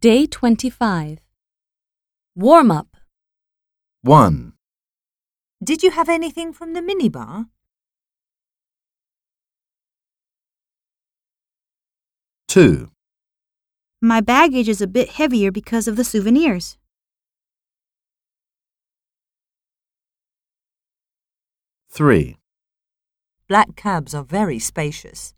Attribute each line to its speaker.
Speaker 1: Day 25. Warm up.
Speaker 2: 1.
Speaker 3: Did you have anything from the minibar?
Speaker 2: 2.
Speaker 4: My baggage is a bit heavier because of the souvenirs.
Speaker 2: 3.
Speaker 3: Black cabs are very spacious.